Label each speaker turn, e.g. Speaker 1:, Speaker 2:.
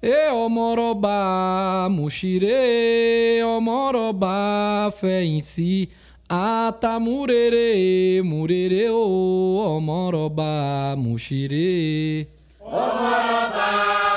Speaker 1: E omoroba, mushire, omoroba, fé em si. Atamurere, murere, o omoroba, mushire.
Speaker 2: Omoroba!